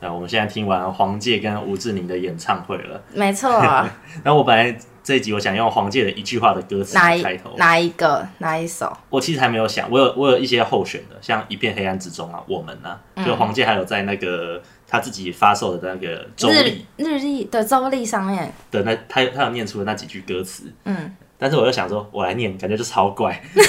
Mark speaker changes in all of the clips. Speaker 1: 呃，我们现在听完黄玠跟吴志宁的演唱会了。
Speaker 2: 没错，
Speaker 1: 那我本来这一集我想用黄玠的一句话的歌词
Speaker 2: 哪
Speaker 1: 来
Speaker 2: 一
Speaker 1: 开头，
Speaker 2: 哪一个哪一首？
Speaker 1: 我其实还没有想，我有我有一些候选的，像《一片黑暗之中》啊，《我们》啊，
Speaker 2: 嗯
Speaker 1: 就黄玠还有在那个他自己发售的那个周
Speaker 2: 日
Speaker 1: 历
Speaker 2: 日历对周历上面，
Speaker 1: 的那他他有念出的那几句歌词，
Speaker 2: 嗯，
Speaker 1: 但是我就想说，我来念，感觉就超怪。嗯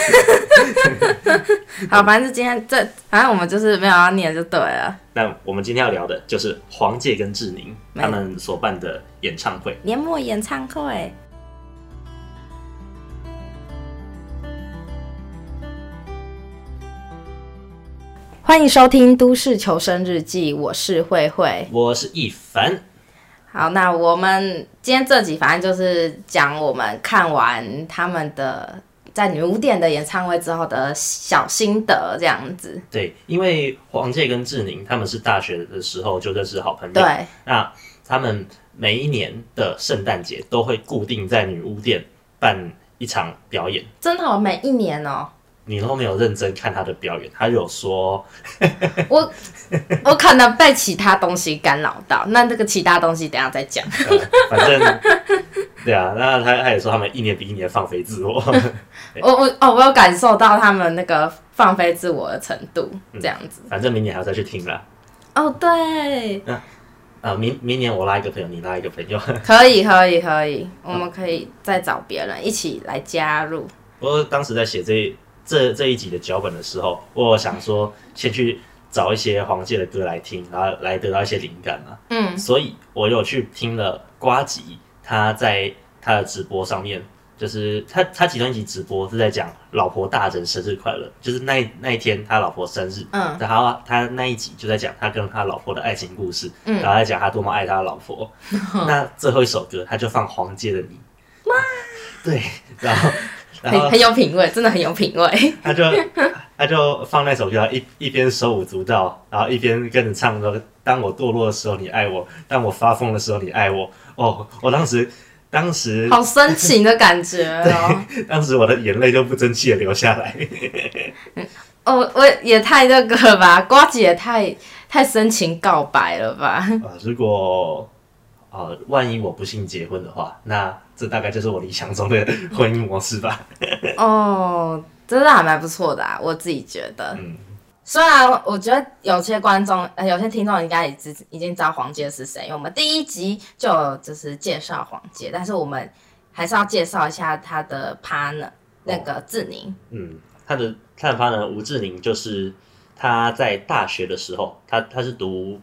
Speaker 2: 好，反正是今天这，反正我们就是没有要念就对了。
Speaker 1: 那我们今天要聊的就是黄玠跟志宁
Speaker 2: 没
Speaker 1: 他们所办的演唱会。
Speaker 2: 年末演唱会，欢迎收听《都市求生日记》，我是慧慧。
Speaker 1: 我是一凡，
Speaker 2: 好，那我们今天这集反正就是讲我们看完他们的在女巫店的演唱会之后的小心得，这样子。
Speaker 1: 对，因为黄玠跟志宁他们是大学的时候就认识好朋友，
Speaker 2: 对，
Speaker 1: 那他们每一年的圣诞节都会固定在女巫店办一场表演。
Speaker 2: 真的哦、每一年哦、
Speaker 1: 你都没有认真看他的表演，他有说
Speaker 2: 我我可能被其他东西干扰到，那这个其他东西等一下再讲。
Speaker 1: 呃反正对啊，那他他也说他们一年比一年放飞自我，
Speaker 2: 我我哦，我有感受到他们那个放飞自我的程度，
Speaker 1: 嗯
Speaker 2: 这样子。
Speaker 1: 反正明年还要再去听啦。
Speaker 2: 哦，对，
Speaker 1: 啊、明明年我拉一个朋友，你拉一个朋友。
Speaker 2: 可以可以可以，我们可以再找别人一起来加入。
Speaker 1: 不过当时在写这这这一集的脚本的时候，我有想说先去找一些黄玠的歌来听，然后来得到一些灵感嘛。
Speaker 2: 嗯，
Speaker 1: 所以我有去听了瓜吉他在他的直播上面，就是他他其中一集直播是在讲老婆大人生日快乐，就是那一那一天他老婆生日，
Speaker 2: 嗯
Speaker 1: 然后他那一集就在讲他跟他老婆的爱情故事，
Speaker 2: 嗯
Speaker 1: 然后在讲他多么爱他的老 婆。那最后一首歌他就放黄玠的你，对，然后然后
Speaker 2: 很很有品味，真的很有品味。
Speaker 1: 他就 他就放那首歌，然后一一边手舞足蹈，然后一边跟着唱说：“当我堕落的时候，你爱我；当我发疯的时候，你爱我。”哦，我当时，当 时，
Speaker 2: 好深情的感觉哦。
Speaker 1: 当时我的眼泪就不争气的流下来。
Speaker 2: 哦，我也太那个了吧，瓜姐也太太深情告白了吧？
Speaker 1: 啊、如果呃，万一我不幸结婚的话，那这大概就是我理想中的婚姻模式吧。
Speaker 2: 哦，真的还蛮不错的啊，我自己觉得。
Speaker 1: 嗯
Speaker 2: 虽然我觉得有些观众、呃、有些听众应该已知已经知道黄杰是谁，因为我们第一集就有就是介绍黄杰，但是我们还是要介绍一下他的
Speaker 1: 哦
Speaker 2: partner 那个志宁。
Speaker 1: 嗯，他的他的 partner 吴志宁就是他在大学的时候，他他是读。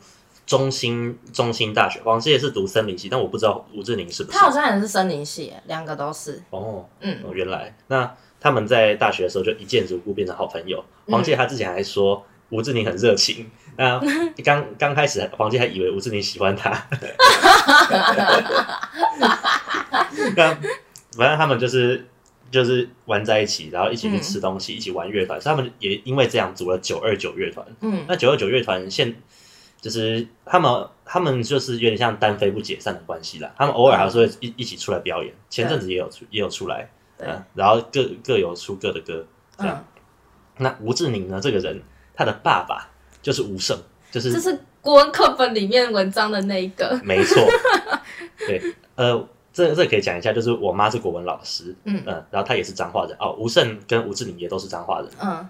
Speaker 1: 中兴中兴大学，王志也是读森林系，但我不知道吴志宁是不是
Speaker 2: 他。好像也是森林系耶，两个都是。
Speaker 1: 哦，
Speaker 2: 嗯
Speaker 1: 哦，原来那他们在大学的时候就一见如故，变成好朋友。
Speaker 2: 嗯
Speaker 1: 黄玠他之前还说吴志宁很热情， 那刚刚开始黄玠还以为吴志宁喜欢他，那反正他们就是就是玩在一起，然后一起
Speaker 2: 嗯
Speaker 1: 去吃东西，一起玩乐团，所以他们也因为这样组了九二九乐团。
Speaker 2: 嗯
Speaker 1: 那九二九乐团现就是他们，他们就是有点像单飞不解散的关系啦。他们偶尔还是会一一起出来表演，前阵子也有出也有出来，
Speaker 2: 对
Speaker 1: 嗯，然后各各有出各的歌。这样
Speaker 2: 嗯，
Speaker 1: 那吴志宁呢，这个人他的爸爸就是吴胜，就是
Speaker 2: 这是国文课本里面文章的那一个。
Speaker 1: 没 错，对，呃，这这可以讲一下，就是我妈是国文老师，
Speaker 2: 嗯
Speaker 1: 呃，然后她也是彰化人哦，吴胜跟吴志宁也都是彰化人。
Speaker 2: 嗯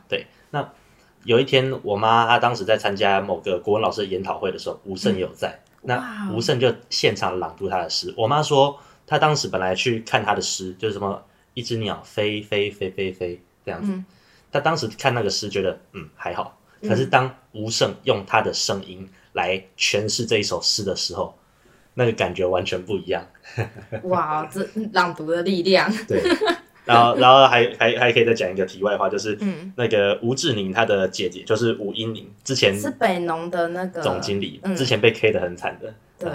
Speaker 1: 有一天，我妈她当时在参加某个国文老师的研讨会的时候，吴胜也有在，
Speaker 2: 哇
Speaker 1: 那
Speaker 2: 哦
Speaker 1: 吴胜就现场朗读他的诗。我妈说，她当时本来去看他的诗，就是什么一只鸟飞飞飞飞飞这样子，
Speaker 2: 嗯
Speaker 1: 她当时看那个诗觉得嗯还好，可是当吴胜用他的声音来诠释这一首诗的时候，那个感觉完全不一 样。
Speaker 2: 哇，这嗯朗读的力量。
Speaker 1: 对，然后然后还还还可以再讲一个题外话，就是
Speaker 2: 嗯，
Speaker 1: 那个吴志宁他的姐姐就是吴英宁，之前
Speaker 2: 是北农的那个
Speaker 1: 总经理，
Speaker 2: 嗯
Speaker 1: 之前被 K 的很惨的。
Speaker 2: 对。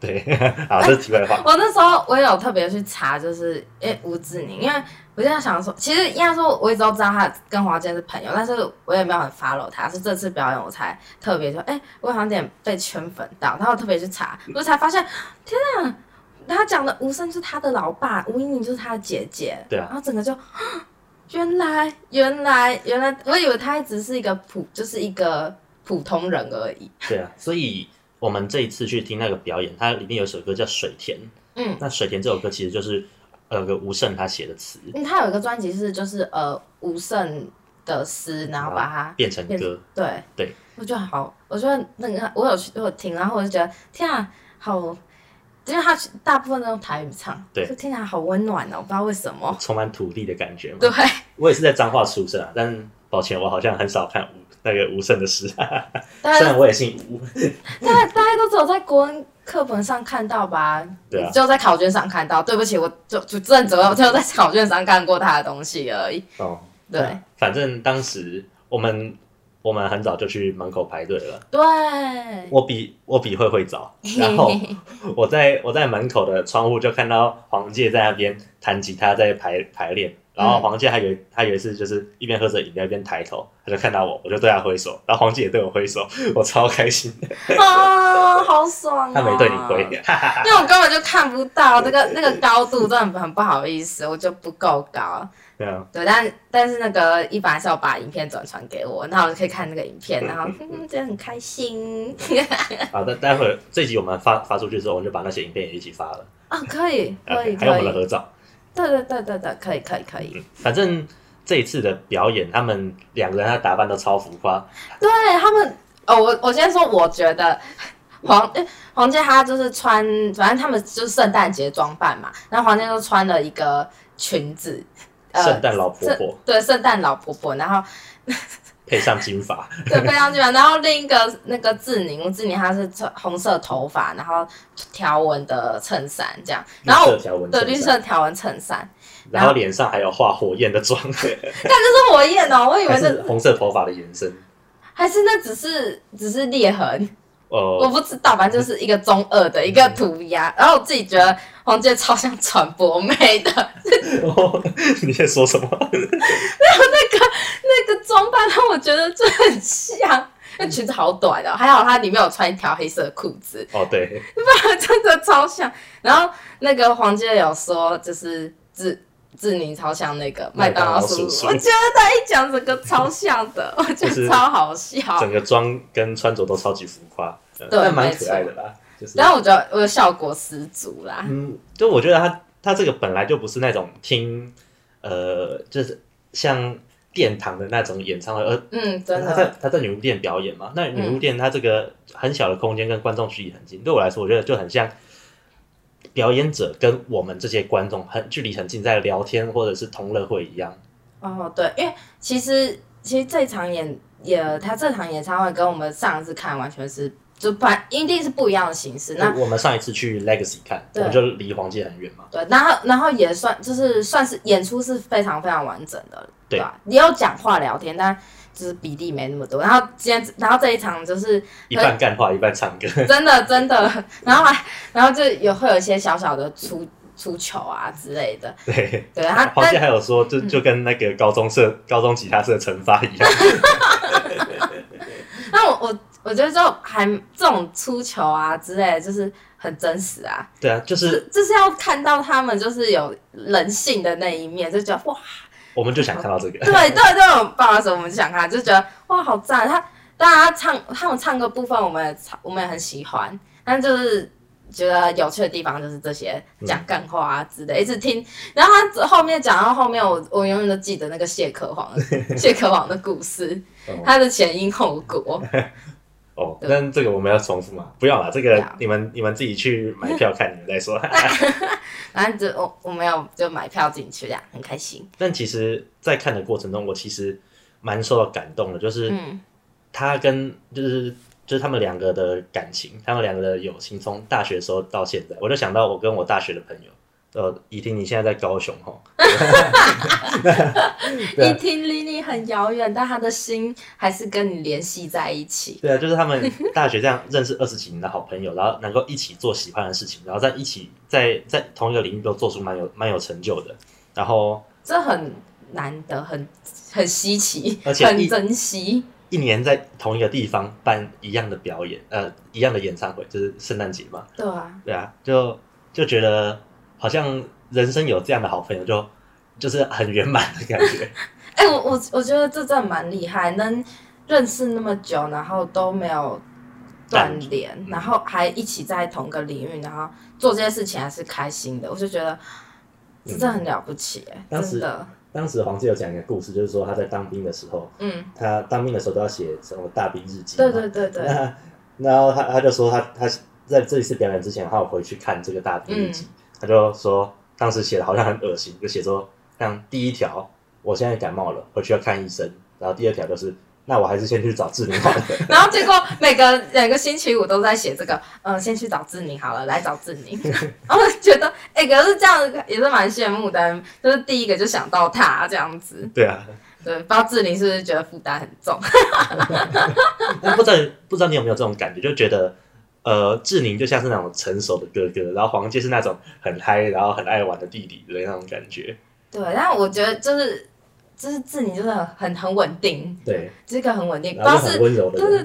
Speaker 1: 对， 好，这是题外 话。
Speaker 2: 我那时候我有特别去查，就是因为吴志宁，因为我就在想说，其实应该说我一直都知道他跟黄健是朋友，但是我也没有很 follow 他，是这次表演我才特别说，哎、我好像有点被圈粉到，然后我特别去查，我才发现，天啊！他讲的吴胜就是他的老爸，吴英宁就是他的姐姐，
Speaker 1: 对啊
Speaker 2: 然后整个就，原来原来原来，我以为他一直是一个普，就是一个普通人而已，
Speaker 1: 对啊，所以我们这一次去听那个表演，它里面有一首歌叫《水田》，
Speaker 2: 嗯，
Speaker 1: 那《水田》这首歌其实就是呃有个吴胜他写的词，
Speaker 2: 因为他有一个专辑是就是呃吴胜的诗，然后把它
Speaker 1: 变成
Speaker 2: 啊变
Speaker 1: 歌，
Speaker 2: 对
Speaker 1: 对，
Speaker 2: 我觉得好，我觉得那个我有去我有听，然后我就觉得天啊，好，因为他大部分都用台语唱，
Speaker 1: 对
Speaker 2: 就听起来好温暖哦，我不知道为什么，
Speaker 1: 充满土地的感觉嘛。
Speaker 2: 对，
Speaker 1: 我也是在彰化出生啊，但抱歉，我好像很少看吴那个吴胜的诗，
Speaker 2: 大
Speaker 1: 虽
Speaker 2: 家
Speaker 1: 然我也姓吴，
Speaker 2: 大家大家都只有在国文课本上看到吧，
Speaker 1: 对啊
Speaker 2: 只有在考卷上看到，对不起，我就就真的只有只有在考卷上看过他的东西而已，
Speaker 1: 哦，
Speaker 2: 对、
Speaker 1: 那反正当时我们我们很早就去门口排队了，啊
Speaker 2: 对，
Speaker 1: 我比我比慧慧 早，然后我在我在门口的窗户就看到黄介在那边弹吉他在排排练，然后
Speaker 2: 嗯
Speaker 1: 黄介还有他有一次就是一边喝着饮料一边抬头，他就看到我，我就对他挥手，然后黄介也对我挥手，我超开心的，
Speaker 2: 啊，好爽、啊！
Speaker 1: 他没对你挥，哈哈
Speaker 2: 因为我根本就看不到那个那个高度，真的很很不好意思，我就不够高。
Speaker 1: 对啊，
Speaker 2: 对，但但是那个一凡是有把影片转传给我，那我就可以看那个影片，然后嗯，觉得很开 心。
Speaker 1: 好的，啊待会儿这集我们发发出去之后，我们就把那些影片也一起发了，
Speaker 2: 哦，可以，可以，
Speaker 1: 啊还有我们
Speaker 2: 可
Speaker 1: 的嗯
Speaker 2: 以，
Speaker 1: 合照。
Speaker 2: 对对对对对，可以，可以，可以。
Speaker 1: 反正这一次的表演，他们两个人他打扮都超浮夸，
Speaker 2: 对他们，哦，我我先说，我觉得黄诶黄健他就是穿，反正他们就是圣诞节装扮嘛，然后黄健就穿了一个裙子，呃
Speaker 1: 圣诞老婆婆
Speaker 2: 对，圣诞老婆婆，然后
Speaker 1: 配上金发，
Speaker 2: 对，非常基本。然后另一个那个志宁，志宁她是穿红色头发，然后条纹的衬衫这样，
Speaker 1: 绿
Speaker 2: 然后
Speaker 1: 色条纹
Speaker 2: 对
Speaker 1: 衬
Speaker 2: 绿
Speaker 1: 衫，
Speaker 2: 色条纹 衬衫，
Speaker 1: 然后脸上还有画火焰的妆，
Speaker 2: 但这是火焰哦，我以为
Speaker 1: 还
Speaker 2: 那
Speaker 1: 是红色头发的延伸。
Speaker 2: 还是那只是只是裂痕，我
Speaker 1: 呃，
Speaker 2: 不知道，反正就是一个中二的一个涂鸦。然后我自己觉得黄健超像传播妹的，
Speaker 1: 哦你在说什么？
Speaker 2: 那个装扮让我觉得就很像。那裙子好短哦，还好她里面有穿一条黑色的裤子，
Speaker 1: 哦，对，
Speaker 2: 真的超像。然后那个黄杰有说，就是志志宁超像那个麦当劳叔
Speaker 1: 麦当劳叔叔
Speaker 2: 我觉得他一讲整个超像 的，我觉
Speaker 1: 就是
Speaker 2: 得超好笑。
Speaker 1: 整个妆跟穿着都超级浮夸，呃
Speaker 2: 对
Speaker 1: 但蛮可爱的啦。就是，
Speaker 2: 然后我觉得我的效果十足啦，
Speaker 1: 嗯，就我觉得他他这个本来就不是那种听，呃，就是像殿堂的那种演唱会，而
Speaker 2: 嗯，真
Speaker 1: 他在
Speaker 2: 的，
Speaker 1: 他在女巫店表演嘛，那女巫
Speaker 2: 嗯
Speaker 1: 店它这个很小的空间跟观众距离很近，对我来说，我觉得就很像表演者跟我们这些观众很距离很近，在聊天或者是同乐会一样。
Speaker 2: 哦对，因为其实其实这场演也他这场演唱会跟我们上次看完全是就不然一定是不一样的形式。那
Speaker 1: 我们上一次去 Legacy 看，我
Speaker 2: 对
Speaker 1: 们就离黄界很远嘛，
Speaker 2: 对，然后然后也算就是算是演出是非常非常完整的，
Speaker 1: 对
Speaker 2: 吧？也有讲话聊天，但就是比例没那么多。然后今天，然后这一场就是
Speaker 1: 一半干话一半唱 歌，
Speaker 2: 真的真的，然后还然后就有会有一些小小的出出糗啊之类的，
Speaker 1: 对。
Speaker 2: 对，
Speaker 1: 黄
Speaker 2: 他啊但嗯
Speaker 1: 界还有说，就就跟那个高中社、高中吉他社惩罚一样，
Speaker 2: 但我我我觉得就还这种出糗啊之类的，就是很真实啊，
Speaker 1: 对啊，就是
Speaker 2: 就是要看到他们就是有人性的那一面，就觉得哇。
Speaker 1: 我们就想看到这个，
Speaker 2: 对对对，不好意思，我们就想看，就觉得哇，好赞！他当然他唱他们唱歌部分，我们也唱我们也很喜欢，但就是觉得有趣的地方就是这些
Speaker 1: 嗯
Speaker 2: 讲干话啊之类，一直听。然后他后面讲到后面，我我永远都记得那个谢可皇 谢可皇的故事，
Speaker 1: 哦
Speaker 2: 他的前因后果。
Speaker 1: 哦，
Speaker 2: 对
Speaker 1: 但这个我们要重复嘛？不要啦，这
Speaker 2: 不
Speaker 1: 个
Speaker 2: 要
Speaker 1: 你们你们自己去买票看，你们再说。
Speaker 2: 然后就我我没有就买票进去，这样很开心。
Speaker 1: 但其实，在看的过程中，我其实蛮受到感动的，就是
Speaker 2: 嗯，
Speaker 1: 他跟就是就是他们两个的感情，他们两个的友情，从大学时候到现在，我就想到我跟我大学的朋友，呃，怡婷，你现在在高雄吼，对啊
Speaker 2: 一听离你很遥远，但他的心还是跟你联系在一起。
Speaker 1: 对啊，就是他们大学这样认识二十几年的好朋友，然后能够一起做喜欢的事情，然后在一起在在同一个领域都做出蛮有蛮有成就的，然后
Speaker 2: 这很难得，很很稀奇，
Speaker 1: 而且一
Speaker 2: 很珍惜。
Speaker 1: 一年在同一个地方办一样的表演，呃，一样的演唱会，就是圣诞节嘛，
Speaker 2: 对啊，
Speaker 1: 对啊，就就觉得好像人生有这样的好朋友就，就是很圆满的感 觉。
Speaker 2: 哎、我我我觉得这真的蛮厉害，能认识那么久，然后都没有断联，然后还一起在同个领域，然后做这些事情还是开心的，我就觉得这真的很了不起、欸，
Speaker 3: 当时
Speaker 2: 真的，
Speaker 3: 当时黄志有讲一个故事，就是说他在当兵的时候，
Speaker 2: 嗯，
Speaker 3: 他当兵的时候都要写什么大兵日记嘛，
Speaker 2: 对对对对，
Speaker 3: 那然后他他就说他他在这一次表演之前，他有回去看这个大兵日记，
Speaker 2: 嗯
Speaker 3: 他就说当时写的好像很恶心，就写说像第一条，我现在感冒了，回去要看医生，然后第二条就是。那我还是先去找志玲好了。
Speaker 2: 然后结果每个每个星期五都在写这个，嗯、先去找志宁好了，来找志 宁。然后觉得，哎、可是这样也是蛮羡慕的，就是第一个就想到他这样子。
Speaker 3: 对啊，
Speaker 2: 对，不知道志玲是不是觉得负担很重？
Speaker 1: 但不知道不知道你有没有这种感觉，就觉得呃，志宁就像是那种成熟的哥哥，然后黄介是那种很嗨，然后很爱玩的弟弟的那种感觉。
Speaker 2: 对，但我觉得就是就是志宁就是很很稳定，
Speaker 3: 对，
Speaker 2: 这个很稳定，不知
Speaker 3: 然后
Speaker 2: 道
Speaker 3: 就很
Speaker 2: 是
Speaker 3: 温柔的
Speaker 2: 对对
Speaker 3: 人，
Speaker 2: 对，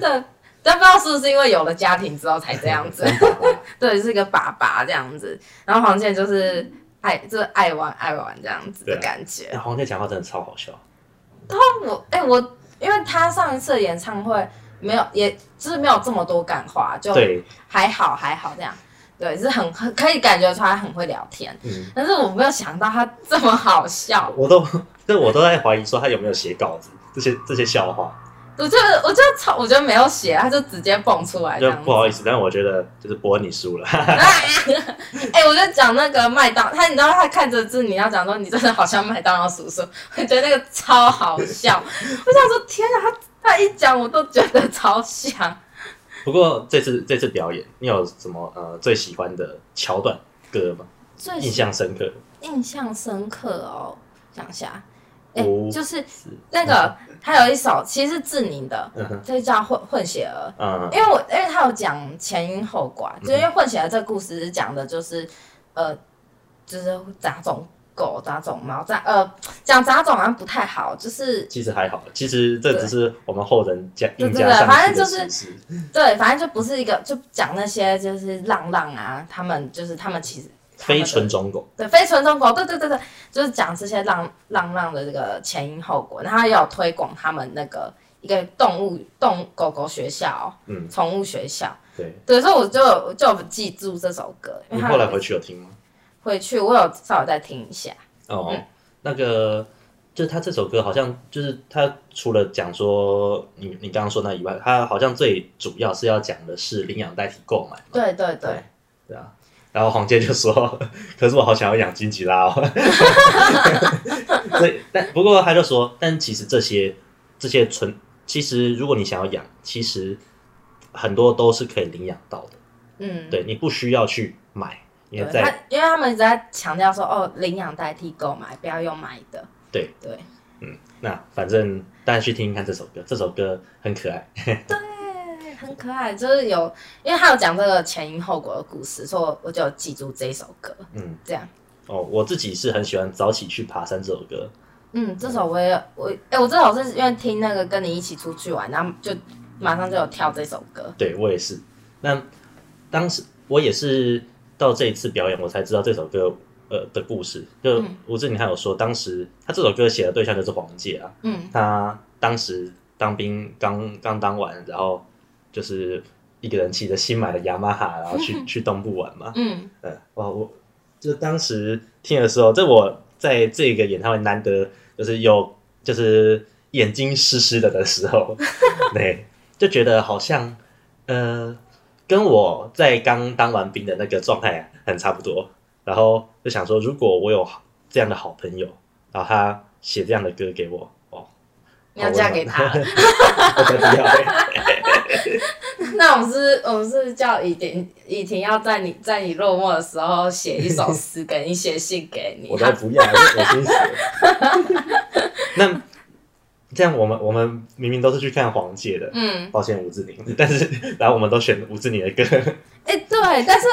Speaker 2: 但不知道是不是因为有了家庭之后才这样 子。
Speaker 3: 三宝啊
Speaker 2: 对，是个爸爸这样子。然后黄健就是爱，就是爱玩爱玩这样子的
Speaker 1: 对啊
Speaker 2: 感觉。
Speaker 1: 哎，黄健讲话真的超好笑，
Speaker 2: 我哎、我因为他上一次的演唱会没有，也就是没有这么多感话，就
Speaker 1: 对，
Speaker 2: 还好还好这样。对，是很很可以感觉出来很会聊天，
Speaker 3: 嗯，
Speaker 2: 但是我没有想到他这么好笑。
Speaker 1: 我都对我都在怀疑说他有没有写稿子，这些这些笑话，
Speaker 2: 我觉得我觉得超，我觉得没有写，他就直接蹦出来这
Speaker 1: 就
Speaker 2: 样子
Speaker 1: 不。好意思，但是我觉得就是博你输了，
Speaker 2: 哎、我就讲那个麦当，他你知道他看着字，你要讲说你真的好像麦当劳叔叔，我觉得那个超好笑。我想说天啊，他他一讲我都觉得超像。
Speaker 1: 不过这次这次表演，你有什么呃最喜欢的桥段歌吗？
Speaker 2: 最
Speaker 1: 印象深刻的？
Speaker 2: 印象深刻哦，想一下，哎、
Speaker 1: 五
Speaker 2: 就是
Speaker 1: 四
Speaker 2: 那个还有一首其实是志宁的，
Speaker 1: 嗯哼，
Speaker 2: 这叫混混血儿。
Speaker 1: 嗯
Speaker 2: 因为我因为他有讲前因后果啊，就因为混血儿这故事是讲的就是呃，就是杂种狗、杂种猫、杂呃讲杂种好像不太好，就是
Speaker 1: 其实还好，其实这只是我们后人加
Speaker 2: 对
Speaker 1: 硬
Speaker 2: 对
Speaker 1: 加
Speaker 2: 对
Speaker 1: 上
Speaker 2: 反正
Speaker 1: 去的
Speaker 2: 就是
Speaker 1: 实施
Speaker 2: 对，反正就不是一个就讲那些就是浪浪啊，他们就是他们其实他们
Speaker 1: 非
Speaker 2: 的
Speaker 1: 纯种狗，
Speaker 2: 对非纯种狗，对对对对，就是讲这些浪浪浪的这个前因后果，然后也有推广他们那个一个动物动狗狗学校、
Speaker 1: 嗯，
Speaker 2: 宠物学校，
Speaker 1: 对。
Speaker 2: 对，所以我就我就有记住这首歌，因
Speaker 1: 你
Speaker 2: 为它
Speaker 1: 后来回去有听吗？
Speaker 2: 回去，我有稍微再听一下。
Speaker 1: 哦，
Speaker 2: 嗯
Speaker 1: 那个就是他这首歌好像就是他除了讲说你你刚刚说那以外，他好像最主要是要讲的是领养代替购买，
Speaker 2: 对对对，
Speaker 1: 对啊。然后黄健就说：“ 可是我好想要养金吉拉哦。” 所以，但不过他就说，但其实这些这些纯，其实如果你想要养，其实很多都是可以领养到的。
Speaker 2: 嗯，
Speaker 1: 对你不需要去买，你
Speaker 2: 对，
Speaker 1: 在
Speaker 2: 他因为他们一直在强调说，哦，领养代替购买，不要用买的。
Speaker 1: 对
Speaker 2: 对
Speaker 1: 那反正大家去听听看这首歌，这首歌很可爱。
Speaker 2: 对，很可爱，就是有，因为他有讲这个前因后果的故事，所以我我就有记住这一首歌。
Speaker 1: 嗯，
Speaker 2: 这样，
Speaker 1: 哦，我自己是很喜欢《早起去爬山》这首歌。
Speaker 2: 嗯，这首我也我哎、我这首是因为听那个跟你一起出去玩，然后就马上就有跳这首歌。
Speaker 1: 对我也是。那当时我也是到这一次表演，我才知道这首歌呃的故事。就
Speaker 2: 嗯
Speaker 1: 吴志宁还有说，当时他这首歌写的对象就是黄玠啊，
Speaker 2: 嗯
Speaker 1: 他当时当兵刚刚当完，然后就是一个人骑着新买的雅马哈，然后 去去东部玩嘛。
Speaker 2: 嗯，
Speaker 1: 嗯，哇，我就当时听的时候，这我在这个演唱会难得就是有就是眼睛湿湿的的时候， 对，就觉得好像呃跟我在刚当完兵的那个状态很差不多，然后就想说，如果我有这样的好朋友，然后他写这样的歌给我，哦，
Speaker 2: 你要嫁给他了？
Speaker 1: 我才不要 欸、
Speaker 2: 那我们是，我们是叫以婷，以婷要在你在你落寞的时候写一首诗给你，写信给你
Speaker 3: 我。才不要，我先写。
Speaker 1: 那这样我们我们明明都是去看黄玠的，
Speaker 2: 嗯，
Speaker 1: 抱歉吴志宁， 但是然后我们都选吴志宁的 歌，
Speaker 2: 哎、对，但是，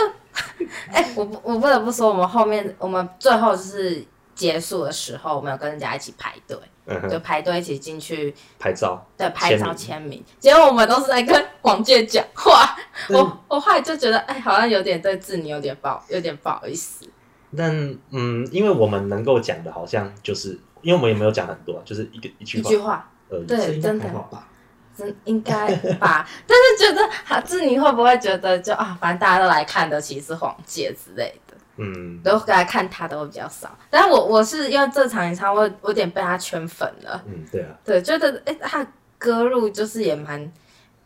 Speaker 2: 哎、我不，我不得不说，我们后面，我们最后就是结束的时候，我们有跟人家一起排队，
Speaker 1: 嗯哼，
Speaker 2: 就排队一起进去，
Speaker 1: 拍照，
Speaker 2: 对，拍
Speaker 1: 签
Speaker 2: 照
Speaker 1: 名
Speaker 2: 签名。结果我们都是在跟广介讲话，
Speaker 1: 嗯
Speaker 2: 我我后来就觉得，哎、好像有点对志宁有点不好，有点不好意思。
Speaker 1: 但嗯，因为我们能够讲的，好像就是因为我们也没有讲很多，就是一个一句
Speaker 2: 一
Speaker 1: 话
Speaker 2: 句话，
Speaker 1: 而已，
Speaker 2: 对
Speaker 3: 这应该
Speaker 2: 真的
Speaker 3: 还好吧？
Speaker 2: 真应该吧， 但是觉得哈志宁会不会觉得就啊，反正大家都来看的，其实是黄界之类的，
Speaker 1: 嗯
Speaker 2: 都来看他的会比较少。但是我我是因为这场演唱会，我有点被他圈粉了，
Speaker 1: 嗯，对啊，
Speaker 2: 对，觉得哎、诶他的歌路就是也蛮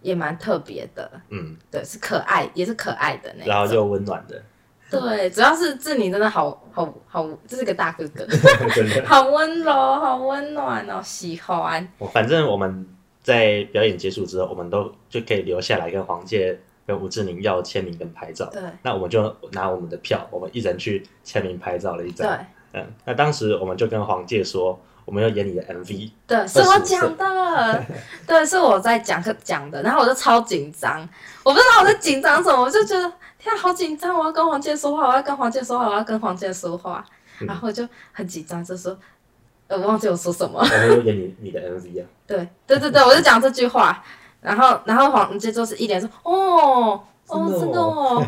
Speaker 2: 也蛮特别的，
Speaker 1: 嗯，
Speaker 2: 对，是可爱，也是可爱的那一种
Speaker 1: 然后就温暖的，
Speaker 2: 对，主要是志宁真的好好好，这是个大哥哥，
Speaker 1: 真的。
Speaker 2: 好温柔，好温暖哦，喜欢。
Speaker 1: 我反正我们在表演结束之后，我们都就可以留下来跟黄玠、跟吴志宁要签名跟拍照。
Speaker 2: 对
Speaker 1: 那我们就拿我们的票，我们一人去签名拍照了一张。
Speaker 2: 对
Speaker 1: 嗯，那当时我们就跟黄玠说，我们要演你的 MV。
Speaker 2: 对，是我讲的，对，是我在讲课讲的，然后我就超紧张，我不知道我在紧张什么，我就觉得天、啊、好紧张，我要跟黄健说话，我要跟黄健说话，我要跟黄健说话，
Speaker 1: 嗯
Speaker 2: 然后我就很紧张，就说呃，我忘记我说什么。
Speaker 1: 我们就演你你的 MV 啊，
Speaker 2: 对对对对，我就讲这句话，然后然后黄健就是一脸说哦哦
Speaker 1: 真
Speaker 2: 真
Speaker 1: 的
Speaker 2: 的哦，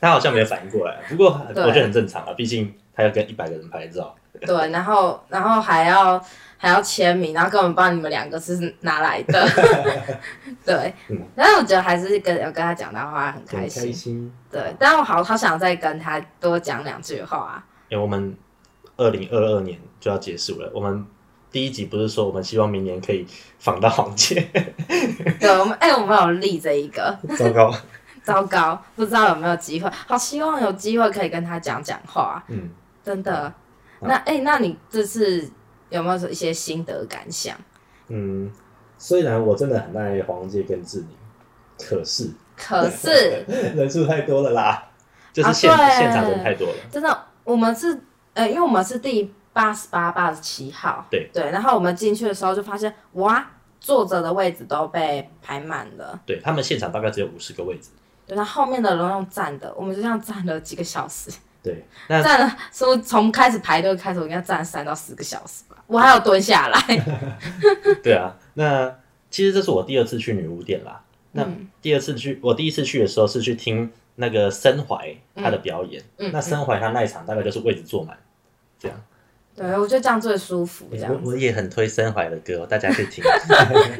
Speaker 1: 他好像没有反应过来，不过我
Speaker 2: 对
Speaker 1: 觉得很正常啊，毕竟他要跟一百个人拍照，
Speaker 2: 对，然后然后还要还要签名，然后根本不知道你们两个是哪来的。 对
Speaker 1: 嗯，
Speaker 2: 但是我觉得还是跟有跟他讲到话很
Speaker 1: 很
Speaker 2: 开
Speaker 1: 开
Speaker 2: 心。
Speaker 1: 心。
Speaker 2: 对，但我好好想再跟他多讲两句话啊。
Speaker 1: 因为我们二零二二年就要结束了，我们第一集不是说我们希望明年可以访到黄玠，
Speaker 2: 对，我们哎、我们有立这一个，
Speaker 1: 糟糕，
Speaker 2: 糟糕，不知道有没有机会。好希望有机会可以跟他讲讲话， 啊
Speaker 1: 嗯。
Speaker 2: 真的。那哎、那你这次有没有一些心得感想？
Speaker 1: 嗯，虽然我真的很爱黄玠跟志宁，可是
Speaker 2: 可是。
Speaker 1: 人数太多了啦，就是
Speaker 2: 啊
Speaker 1: 现、
Speaker 2: 对
Speaker 1: 现场人太多了。
Speaker 2: 真的，我们是呃，因为我们是第八十八、八十七号，
Speaker 1: 对
Speaker 2: 对，然后我们进去的时候就发现，哇，坐着的位置都被排满了，
Speaker 1: 对他们现场大概只有五十个位置，
Speaker 2: 对，然后后面的人用站的，我们就这样站了几个小时，
Speaker 1: 对， 那
Speaker 2: 站了，说从开始排队开始，我应该站了三到四个小时吧，我还要蹲下来，
Speaker 1: 对啊，那其实这是我第二次去女巫店啦。那
Speaker 2: 嗯
Speaker 1: 第二次去，我第一次去的时候是去听那个森怀他的表演，
Speaker 2: 嗯
Speaker 1: 那森怀他那一场大概就是位置坐满，这样。
Speaker 2: 对，我觉得这样最舒服，这 样
Speaker 1: 我我也很推森怀的歌，大家去 听。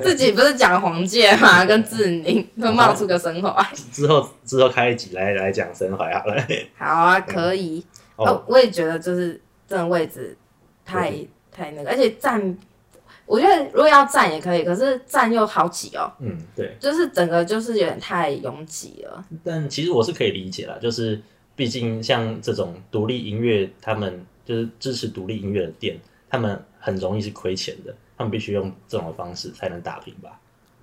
Speaker 2: 自己不是讲黄介嘛，跟志宁都冒出个生 活，
Speaker 1: 之后之后开一集来来讲森怀 好了。
Speaker 2: 好啊，可以。
Speaker 1: 哦
Speaker 2: 哦，，我也觉得就是这种位置太太那个，而且站，我觉得如果要站也可以，可是站又好挤哦，
Speaker 1: 嗯，对。
Speaker 2: 就是整个就是有点太拥挤了。
Speaker 1: 但其实我是可以理解啦，就是毕竟像这种独立音乐，他们就是支持独立音乐的店，他们很容易是亏钱的，他们必须用这种方式才能打平吧？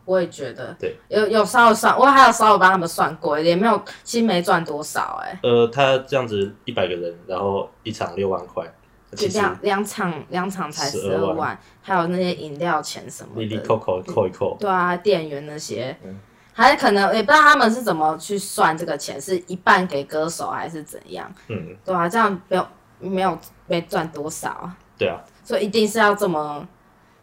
Speaker 2: 我也觉得，
Speaker 1: 对，
Speaker 2: 有有稍微算，我还有稍微帮他们算过，也没有，其实没赚多少哎、
Speaker 1: 呃，他这样子一百个人，然后一场六万块，
Speaker 2: 就
Speaker 1: 其实
Speaker 2: 两两场两场才十
Speaker 1: 12
Speaker 2: 二
Speaker 1: 万
Speaker 2: 万，还有那些饮料钱什么
Speaker 1: 利利
Speaker 2: 的，
Speaker 1: 扣扣扣一扣，
Speaker 2: 对啊，店员那些，
Speaker 1: 嗯
Speaker 2: 还可能也不知道他们是怎么去算这个钱，是一半给歌手还是怎样？
Speaker 1: 嗯，
Speaker 2: 对啊，这样没有没有没赚多少啊，
Speaker 1: 对啊，
Speaker 2: 所以一定是要这么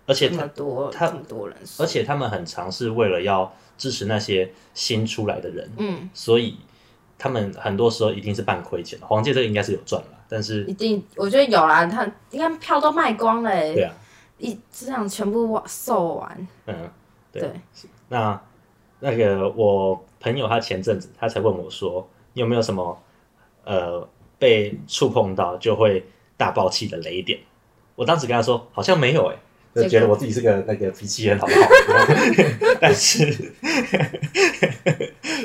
Speaker 1: 而且
Speaker 2: 这
Speaker 1: 他
Speaker 2: 么多
Speaker 1: 他
Speaker 2: 这么多人数
Speaker 1: 而且他们很尝试为了要支持那些新出来的人，
Speaker 2: 嗯，
Speaker 1: 所以他们很多时候一定是半亏钱的。黄玠这个应该是有赚啦，但是
Speaker 2: 一定我觉得有啦，他应该票都卖光了、
Speaker 1: 对
Speaker 2: 欸，
Speaker 1: 啊，
Speaker 2: 一这样全部哇售完，
Speaker 1: 嗯。对
Speaker 2: 对，
Speaker 1: 那那个我朋友他前阵子他才问我说，你有没有什么呃被触碰到就会大爆气的雷点？我当时跟他说好像没有哎、
Speaker 2: 结果
Speaker 1: 就觉得我自己是个那个脾气很好的好人， 但是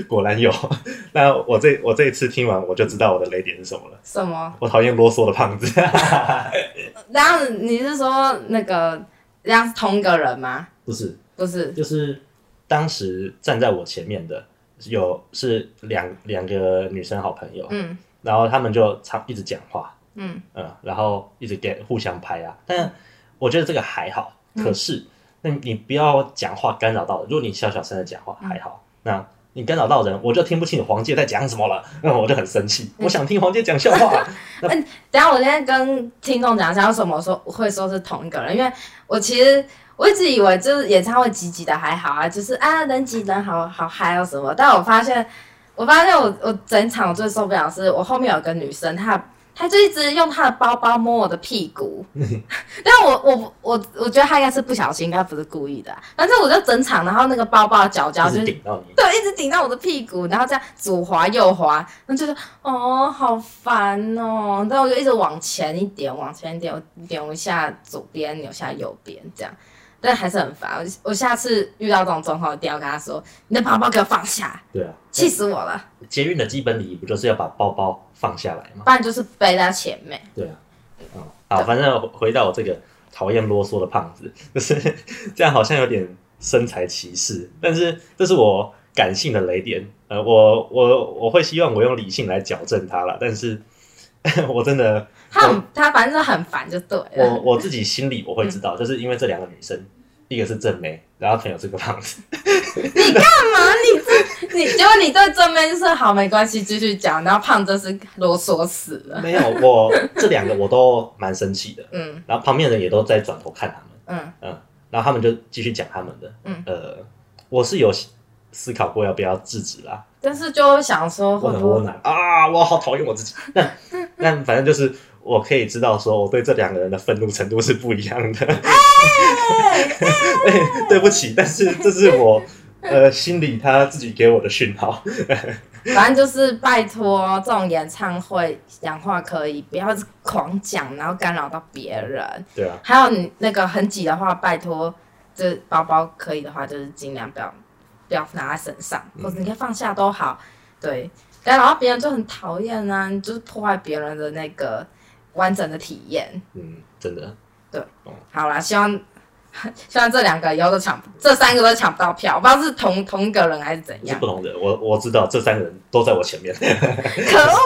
Speaker 1: 果然有。那我这我这一次听完我就知道我的雷点是什么了。
Speaker 2: 什么？
Speaker 1: 我讨厌啰嗦的胖子，
Speaker 2: 然后你是说那个这样是同一个人吗？
Speaker 1: 不是，
Speaker 2: 不是，
Speaker 1: 就是当时站在我前面的有是两两个女生好朋友，
Speaker 2: 嗯
Speaker 1: 然后他们就常一直讲话，
Speaker 2: 嗯
Speaker 1: 嗯，然后一直给互相拍啊。但我觉得这个还好，
Speaker 2: 嗯
Speaker 1: 可是那你不要讲话干扰到人，如果你小小声的讲话
Speaker 2: 嗯
Speaker 1: 还好，那你干扰到人，我就听不清你黄玠在讲什么了， 那我就很生气，
Speaker 2: 嗯
Speaker 1: 我想听黄玠讲笑话。
Speaker 2: 等一下，我先跟听众讲一下为什么我说我会说是同一个人，因为我其实我一直以为就是演唱会挤挤的还好啊，就是啊人挤人好好嗨哦 什么，但我发现我发现我我整场我最受不了的是我后面有个女生，她他就一直用他的包包摸我的屁股， 但我我我我觉得他应该是不小心，他不是故意的啊、反正我就整场，然后那个包包的脚脚
Speaker 1: 啊 一
Speaker 2: 就
Speaker 1: 直
Speaker 2: 是
Speaker 1: 顶到你。
Speaker 2: 对，一直顶到我的屁股，然后这样左滑右滑，然后就说哦，好烦哦。然后我就一直往前一点，往前一点，我扭一下左边，扭一下右边，这样，但还是很烦。我我下次遇到这种状况，我一定要跟他说，你的包包给我放下，
Speaker 1: 对啊，
Speaker 2: 气死我了，
Speaker 1: 捷运的基本礼仪不就是要把包包放下来吗？
Speaker 2: 不然就是背在前面。
Speaker 1: 对啊，嗯，好，反正回到我这个讨厌啰嗦的胖子， 就是这样，好像有点身材歧视，但是这是我感性的雷点，呃，我我我会希望我用理性来矫正他了，但是 我真的
Speaker 2: 他
Speaker 1: 哦
Speaker 2: 很他反正很烦就对了，
Speaker 1: 我我自己心里我会知道，就是因为这两个女生，一个是正妹，然后朋友是个胖子，
Speaker 2: 干嘛你这你结果你对正面就是好没关系，继续讲，然后胖真是啰嗦死了，
Speaker 1: 没有我这两个我都蛮生气的，
Speaker 2: 嗯
Speaker 1: 然后旁边的人也都在转头看他们。
Speaker 2: 嗯
Speaker 1: 嗯，然后他们就继续讲他们的，
Speaker 2: 嗯
Speaker 1: 呃，我是有思考过要不要制止啦，
Speaker 2: 但是就会想说
Speaker 1: 我
Speaker 2: 会
Speaker 1: 很
Speaker 2: 不会
Speaker 1: 窝囊啊，我好讨厌我自己， 但但反正就是我可以知道说我对这两个人的愤怒程度是不一样的，哎 对不起，但是这是我呃心里他自己给我的讯号，
Speaker 2: 反正就是拜托，这种演唱会讲话可以不要狂讲，然后干扰到别人。
Speaker 1: 对啊，
Speaker 2: 还有你那个很挤的话，拜托，这包包可以的话，就是尽量不要不要拿在身上，或者你可以放下都好。对，干扰到别人就很讨厌啊，你就是破坏别人的那个完整的体验。
Speaker 1: 嗯，真的，
Speaker 2: 好啦，希望 希望这两个以后都抢，这三个都抢不到票，我不知道是同同一个人还是怎
Speaker 1: 是
Speaker 2: 样
Speaker 1: 不。同的，我我知道这三个人都在我前面，
Speaker 2: 可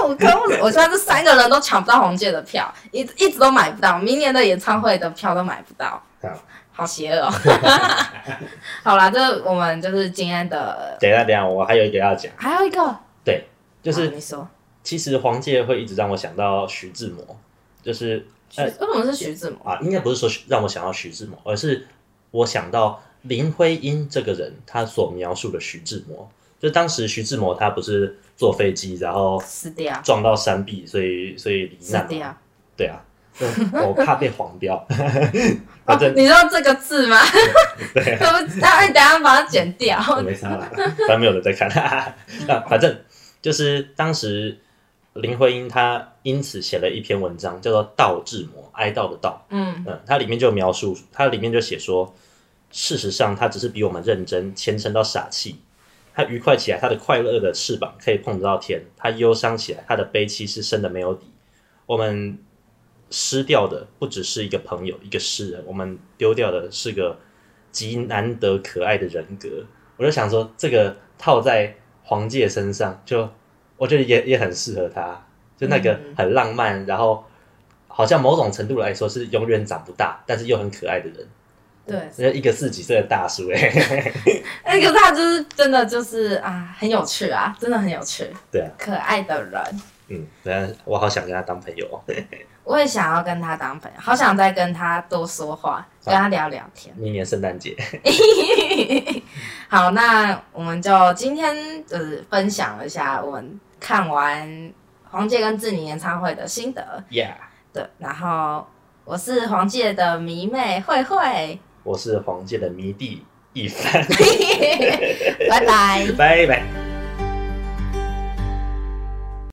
Speaker 2: 恶可恶！我现在这三个人都抢不到红界的票，一一直都买不到，明年的演唱会的票都买不到
Speaker 1: 好，
Speaker 2: 好邪恶、哦。 好啦，这我们就是今天的，
Speaker 1: 等一下等一下，我还有一个要讲，
Speaker 2: 还有一个
Speaker 1: 就
Speaker 2: 好
Speaker 1: 是
Speaker 2: 你说，
Speaker 1: 其实黄界会一直让我想到徐志摩，就是
Speaker 2: 徐为什么是徐志摩？
Speaker 1: 啊，应该不是说让我想到徐志摩，而是我想到林徽因这个人，她所描述的徐志摩。就当时徐志摩他不是坐飞机，然后
Speaker 2: 死掉，
Speaker 1: 撞到山壁，所以所以罹
Speaker 2: 死
Speaker 1: 难嘛。
Speaker 2: 掉。
Speaker 1: 对啊，就我怕被黄标，
Speaker 2: 哦
Speaker 1: 反，正
Speaker 2: 你知道这个字吗？
Speaker 1: 对
Speaker 2: 对不起，那哎等一下把它剪 掉。
Speaker 1: 没差啦，反正没有人在看。 那反正就是当时林徽因她因此写了一篇文章，叫做《悼志摩》，哀悼的悼。
Speaker 2: 嗯
Speaker 1: 嗯，它里面就描述，它里面就写说，事实上他只是比我们认真，虔诚到傻气。他愉快起来，他的快乐的翅膀可以碰得到天；他忧伤起来，他的悲戚是深的没有底。我们失掉的不只是一个朋友，一个诗人，我们丢掉的是个极难得可爱的人格。我就想说，这个套在黄玠身上，就我觉得也也很适合他，就那个
Speaker 2: 嗯
Speaker 1: 很浪漫，然后好像某种程度来说是永远长不大，但是又很可爱的人。
Speaker 2: 对，
Speaker 1: 那一个四十几岁的大叔、哎，
Speaker 2: 那个他就是真的就是啊，很有趣啊，真的很有趣，
Speaker 1: 对啊，
Speaker 2: 可爱的人。
Speaker 1: 嗯，然后我好想跟他当朋友、哦。
Speaker 2: 我也想要跟他当朋友，好想再跟他多说话，跟他聊聊天。
Speaker 1: 明年圣诞节，
Speaker 2: 好，那我们就今天就是分享了一下我们看完黄玠跟志宁演唱会的心得。
Speaker 1: ，Yeah，
Speaker 2: 对，然后我是黄玠的迷妹慧慧，
Speaker 1: 我是黄玠的迷弟一凡，
Speaker 2: 拜拜。
Speaker 1: 拜拜。